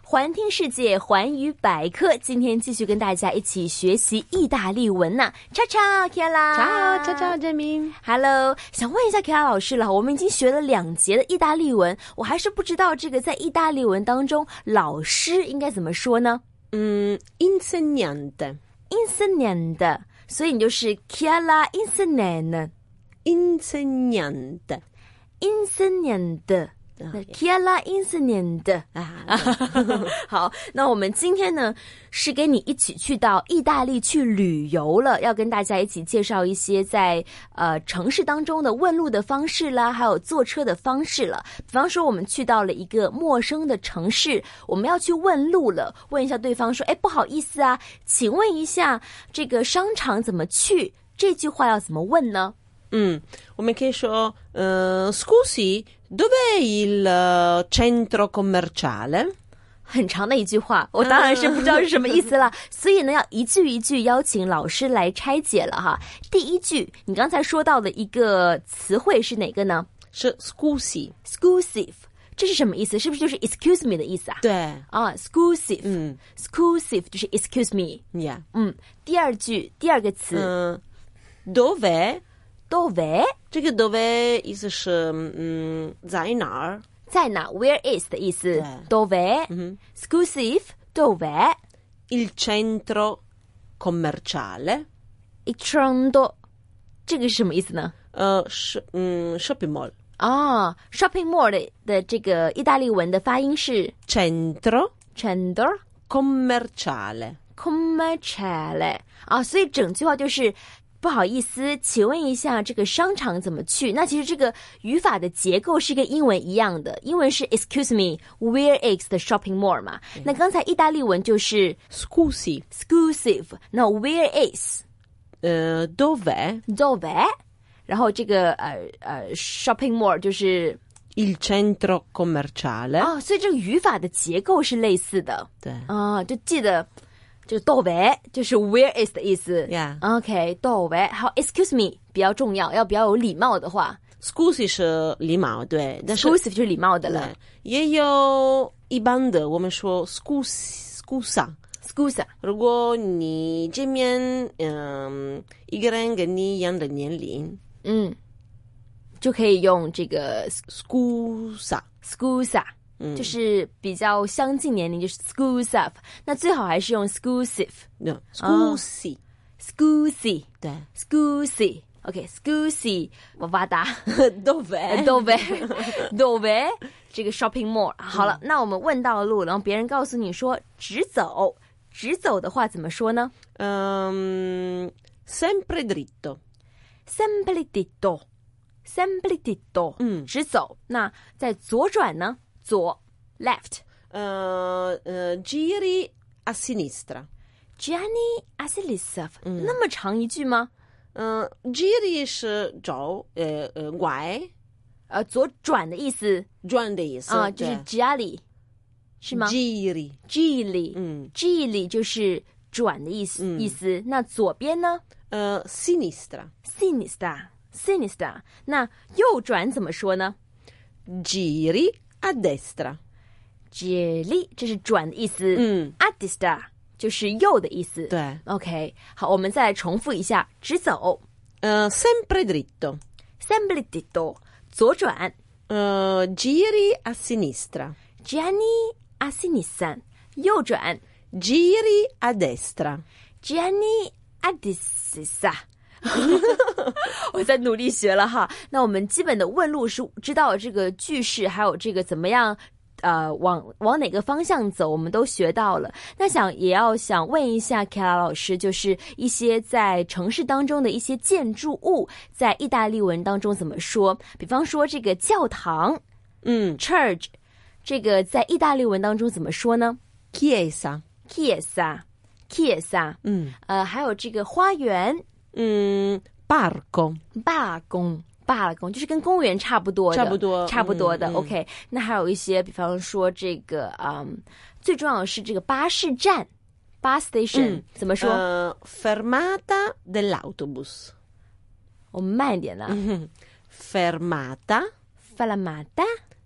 环听世界，环宇百科。今天继续跟大家一起学习意大利文呐、叉叉 k i a ciao ciao ciao 证明 Hello，想问一下 k i a 老师了，我们已经学了两节的意大利文，我还是不知道这个在意大利文当中老师应该怎么说呢嗯 Mm, insegnante ？Insegnante，所以你就是 k i a l a insegnante。 insegnante insegnante，那 k i a l a insegnante。啊， 好，那我们今天呢是跟你一起去到意大利去旅游了，要跟大家一起介绍一些在呃城市当中的问路的方式啦，还有坐车的方式了。比方说，我们去到了一个陌生的城市，我们要去问路了，问一下对方说：“哎，不好意思啊，请问一下这个商场怎么去？”这句话要怎么问呢？嗯，我们可以说，呃，scusi eh, dov'è il eh, centro commerciale？很长的一句话，我当然是不知道是什么意思了，嗯 所以呢，要一句一句邀请老师来拆解了哈。第一句，你刚才说到的一个词汇是哪个呢是 scusi， ？scusive，这是什么意思？是不是就是 excuse me 的意思啊？对，啊，scusive，scusive、嗯 scusive 就是 excuse me。 ，yeah，嗯，第二句，第二个词嗯，dov'è？ ，dove 这个 dov'è mm, 意思是，嗯，在哪儿？在哪？Where is 的意思对嗯？dove，scusive dove。 il centro commerciale，一 n d o 这个是什么意思呢？呃，是，嗯，shopping mm, mall。哦，shopping mall 的的这个意大利文的发音是 centro centro commerciale. commerciale 啊，所以整句话就是不好意思，请问一下这个商场怎么去？那其实这个语法的结构是跟英文一样的，英文是 excuse me，where is the shopping mall 嘛？那刚才意大利文就是 Scusi, exclusive，那 where is eh, dov'è dove？然后这个呃呃 shopping mall 就是。 il centro commerciale? 啊，所以这个语法的结构是类似的。对啊，就记得就是 dove 就是 where is 的意思。 Yeah OK，dove 还有 excuse me 比较重要，要比较有礼貌的话 Scusi 是礼貌，对，但是，exclusive 就是礼貌的了对。也有一般的，我们说 scusi scusa。 Scusa，如果你这面嗯一个人跟你一样的年龄嗯，就可以用这个，scusa scusa。就是嗯比较相近年龄，就是 scusa，那最好还是用 scusive，scusi，scusi，scusi，OK，scusi，、 no, scusi，、对 OK，scusi，我发达。 ，dov'è dove dove 这个 shopping mall。好嗯了，那我们问到路，然后别人告诉你说直走，直走的话怎么说呢嗯 Ehm, sempre dritto。 ？Sempre dritto，sempre dritto，嗯直走。那在左转呢？左 left。 eh, eh, giri a sinistra. Gianni Asilisov，、那嗯么长一句吗？ Eh, giri 是走，呃呃拐呃，左转的意思转的意思啊、就是对 Gianni，是吗 Giri， ？Gili，嗯 g i l i 就是转的意思、意思。那左边呢？ eh, sinistra. sinister sinister。那右转怎么说呢 Giri a destra. j i 这是转的意思。嗯 a d i s t a 就是右的意思。对 OK，好，我们再来重复一下：直走 Eh, sempre dritto. s e m b l i d i t o 左转 Eh, giri a sinistra. Gianni a sinisan，右转 Giri a destra. Gianni a d i s a 我在努力学了哈。那我们基本的问路是知道这个句式，还有这个怎么样，呃，往往哪个方向走，我们都学到了。那想也要想问一下凯拉老师，就是一些在城市当中的一些建筑物，在意大利文当中怎么说？比方说这个教堂 Mm, （church），这个在意大利文当中怎么说呢 chiesa. ？chiesa，chiesa， Mm, 啊呃，还有这个花园 mm, parco. 罢工。罢工就是跟公园差不多的，差不多差不多的。嗯嗯 OK，那还有一些，比方说这个，嗯，最重要的是这个巴士站，bus station、嗯怎么说？ Eh, fermata dell'autobus. 我们慢一点呢。嗯 Fermata Falamada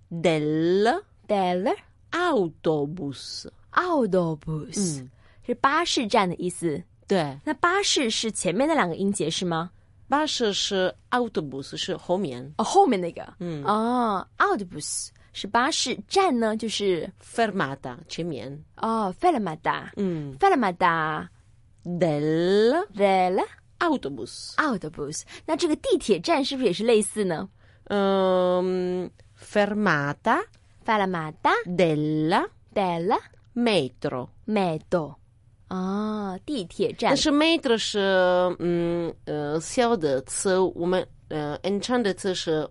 del del autobus， autobus、嗯，是巴士站的意思。对，那巴士是前面那两个音节是吗？巴士是 autobus 是后面哦，后面那个，嗯哦，autobus 是巴士站呢，就是，fermata 前面，哦 f e l m a d a 嗯 f e l m a d a ，del del autobus， autobus。那这个地铁站是不是也是类似呢嗯，fermata f e l m a d a della del metro， metro。哦，地铁站但是 metro 是嗯呃小的词，我们。呃，n 唱的词是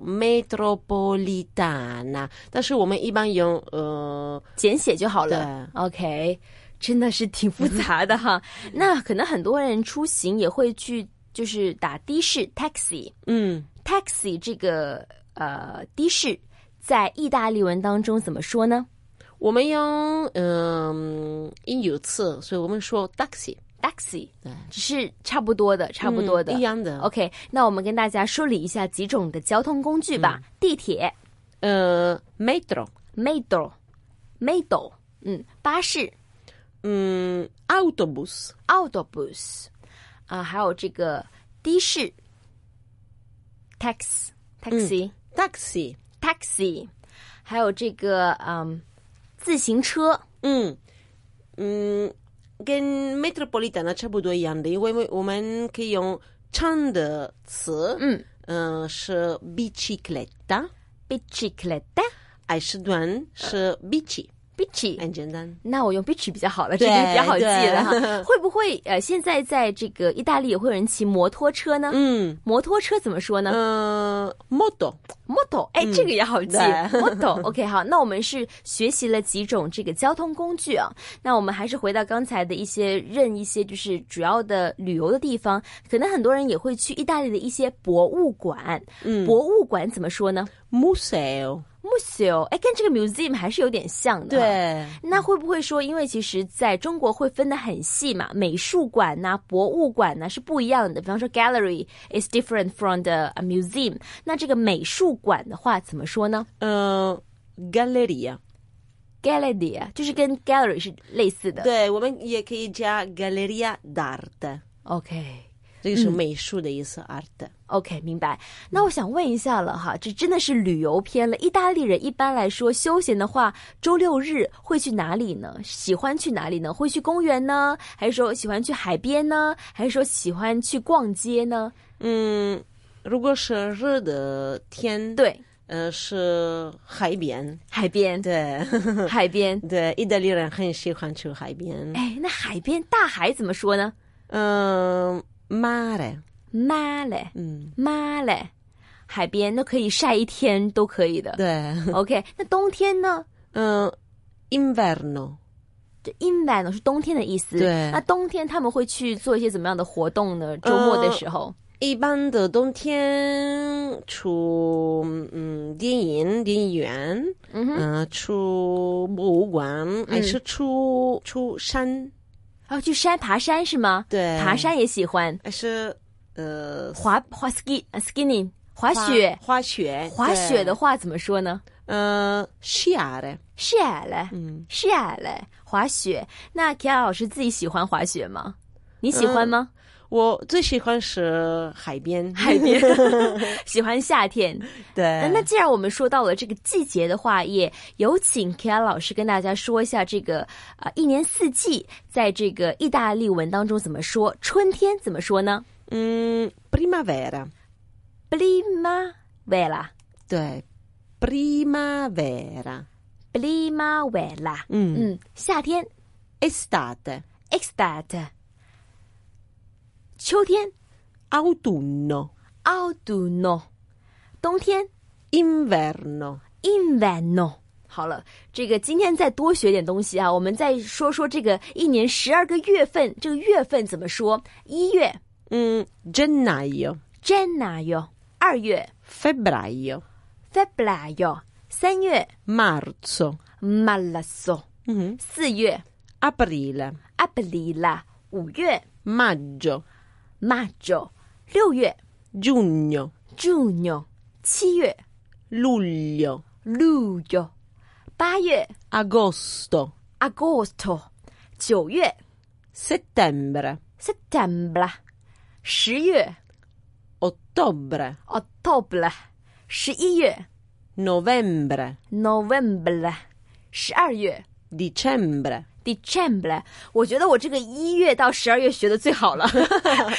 metropolitana，但是我们一般用呃简写就好了。OK，真的是挺复杂的 哈。那可能很多人出行也会去，就是打的士 taxi。嗯 taxi 这个呃的士在意大利文当中怎么说呢我们用嗯英语词，所以我们说 taxi， ？taxi 对只是差不多的，差不多的。哦嗯一样的。 OK，那我们跟大家梳理一下几种的交通工具嗯吧。地铁呃，metro， metro，metro，嗯，巴士嗯，autobus， autobus，啊、还有这个的士 tax 嗯 taxi、 taxi， taxi，还有这个嗯自行车嗯嗯，跟 metropolitan 差不多一样的，因为我们可以用长的词，嗯，呃，是 bicicletta， bicicletta。还是短是 bici， bici，很简单。那我用 bici 比较好了，这哎对个比较好记了 哈。对会不会呃，现在在这个意大利也会有人骑摩托车呢？嗯摩托车怎么说呢呃，moto， ？moto，哎，这个也好记。嗯对 moto，OK，、好， 那我们是学习了几种这个交通工具啊。那我们还是回到刚才的一些认一些就是主要的旅游的地方，可能很多人也会去意大利的一些博物馆。嗯博物馆怎么说呢 museo， ？museo，哎，跟这个 museum 还是有点像的。。对。那会不会说，因为其实在中国会分得很细嘛，美术馆呐、博物馆呐、是不一样的。比方说，gallery is different from the uh, museum。那这个美术馆的话，怎么说呢呃，galleria， ？gallery 啊就是跟 gallery 是类似的。对，我们也可以加 galleria e d'arte， OK。这个是美术的意思、a r t OK，明白。那我想问一下了哈，这真的是旅游篇了。意大利人一般来说休闲的话，周六日会去哪里呢？喜欢去哪里呢？会去公园呢，还是说喜欢去海边呢？还是说喜欢去逛街呢？嗯，如果是热的天，，对，呃，是海边，海边，对， 海边。对，意大利人很喜欢去海边，哎，那海边大海怎么说呢？嗯、妈 mare，妈嘞，嗯，妈嘞，海边那可以晒一天都可以的。对， OK，那冬天呢？嗯、i n v e r n o 这 inverno 是冬天的意思。对那冬天他们会去做一些怎么样的活动呢？周末的时候，一般的冬天出嗯电影电影院，嗯哼，嗯，出博物嗯馆，还是出出山？然后哦去山爬山是吗？对爬山也喜欢，还是呃滑滑 ski 啊 skinning 滑雪，滑雪、滑雪的话怎么说呢？对呃 sciare，是矮嘞，嗯，是矮嘞，滑雪。那 K R 老师自己喜欢滑雪吗？你喜嗯欢 吗？我最喜欢是海边，海边 喜欢夏天。那对，那既然我们说到了这个季节的话，也有请 K R 老师跟大家说一下这个呃一年四季在这个意大利文当中怎么说？春天怎么说呢嗯，primavera， ？Primavera，Primavera。对，primavera，嗯嗯，夏天，estate。 ，extat。秋天 Autunno, ，autunno。冬天 inverno, inverno。好了，这个今天再多学点东西啊，我们再说说这个一年十二个月份，这个月份怎么说？一月嗯 Mm, gennaio, gennaio，二月 febbraio, febbraio，三月 marzo, marzo， mhm, 四月 aprile, aprile，五月 maggio, maggio，六月 giugno, junio，七月 luglio, luglio，八月 agosto, （Agosto），九月 settembre, （September），十月 ottobre, （October），十一月 novembre, （November），十二月 dicembre, December，我觉得我这个一月到十二月学的最好了，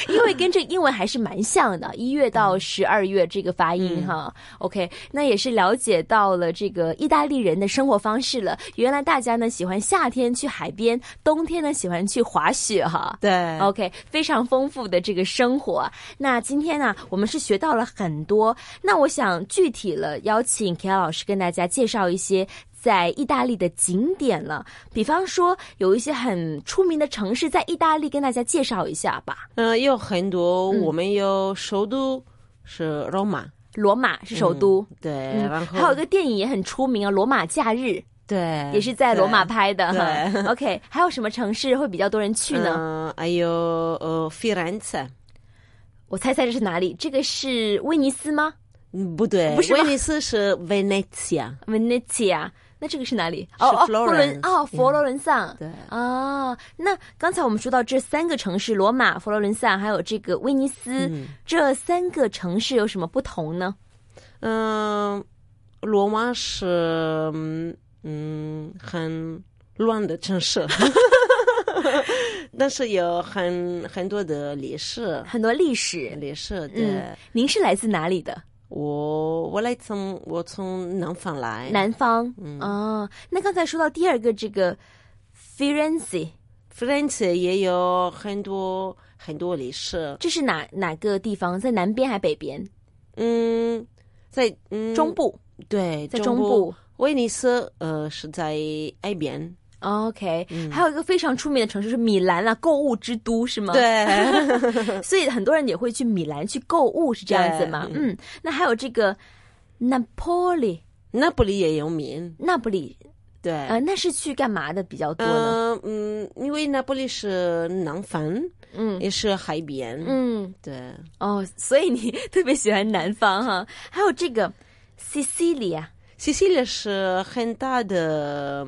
因为跟这英文还是蛮像的，一月到十二月这个发音哈。OK，那也是了解到了这个意大利人的生活方式了。原来大家呢喜欢夏天去海边，冬天呢喜欢去滑雪哈。对 OK，非常丰富的这个生活。那今天呢，我们是学到了很多。那我想具体了邀请 K 老师跟大家介绍一些在意大利的景点了，比方说有一些很出名的城市在意大利，跟大家介绍一下吧。嗯，有很多，我们有首都是罗马，罗马是首都，对，嗯然后还有一个电影也很出名啊，《罗马假日》对，也是在罗马对拍的对哈。OK，还有什么城市会比较多人去呢？嗯，还有呃，Firenze，我猜猜这是哪里？这个是威尼斯吗嗯不对，哦不是吗威尼斯是 Venezia， ？Venezia。那这个是哪里？是哦哦， Florence，嗯佛伦哦，佛罗伦萨。对哦，那刚才我们说到这三个城市，罗马、佛罗伦萨还有这个威尼斯，这三个城市有什么不同呢？嗯，罗马是嗯嗯很乱的城市， 但是有很很多的历史，很多历史。历史对。嗯，您是来自哪里的？我我来从我从南方来，南方。嗯哦，那刚才说到第二个这个 Firenze， Firenze 也有很多很多历史，这是哪哪个地方？在南边还北边？嗯，在嗯中部，对在中中部。威尼斯呃是在埃边，哦 OK，、还嗯有一个非常出名的城市是米兰啊，购物之都是吗？， 对，所以很多人也会去米兰去购物，是这样子吗？对嗯，那还有这个 Napoli，那不里也有名，那不里，对，呃，那是去干嘛的比较多呢？呃嗯，因为那不里是南方，嗯也是海边，嗯，对，哦，所以你特别喜欢南方哈，还有这个 Sicilia，西西里是很大的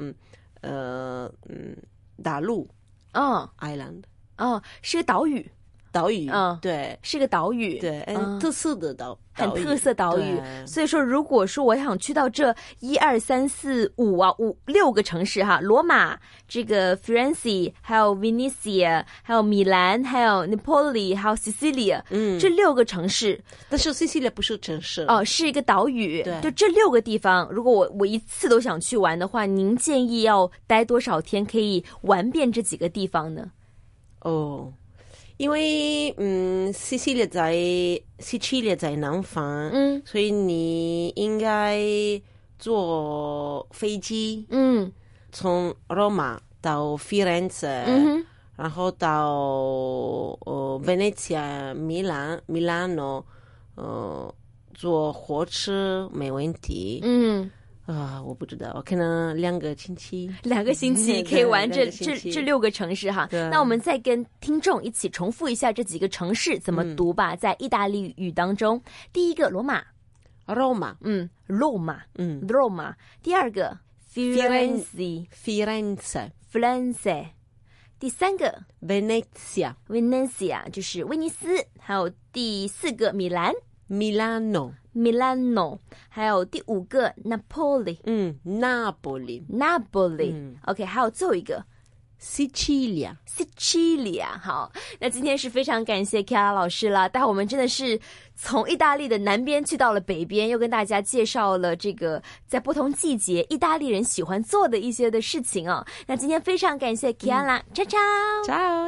呃嗯大陆哦 island 哦，是个岛屿，岛屿，嗯对是个岛屿，对，嗯嗯，特色的岛，很岛屿特色岛屿对，所以说，如果说我想去到这一二三四五啊五六个城市哈，罗马、这个 Firenze，还有 Venezia，还有米兰，还有 Napoli，还有 Sicilia，嗯这六个城市但是西西里不是城市哦、，是一个岛屿，对就这六个地方，如果我我一次都想去玩的话，您建议要待多少天可以玩遍这几个地方呢？哦，因为嗯，西西里在西西里在南方，嗯所以你应该坐飞机嗯从罗马到 Firenze，、嗯哼然后到呃 Venezia 米兰米兰诺，呃，坐火车没问题。嗯。啊、我不知道，我可能两个星期。 两个星期嗯可以玩这对两个这星期这六个城市哈。对那我们再跟听众一起重复一下这几个城市怎嗯么读吧，在意大利语当中，第一个罗马， Roma，嗯，Roma 嗯 Roma，第二个 Firenze Firenze ，Firenze、 Firenze，第三个 Venezia、 Venezia 就是威尼斯，还有第四个米兰 Milano， Milano，还有第五个 Napoli 嗯，Napoli、 Napoli，OK，、嗯 OK，还有最后一个 Sicilia， Sicilia。好，那今天是非常感谢 k i a 老师了，但我们真的是从意大利的南边去到了北边，又跟大家介绍了这个在不同季节意哦大利人喜欢做的一些的事情啊。那今天非常感谢 k i a 啦，ciao ciao Ciao。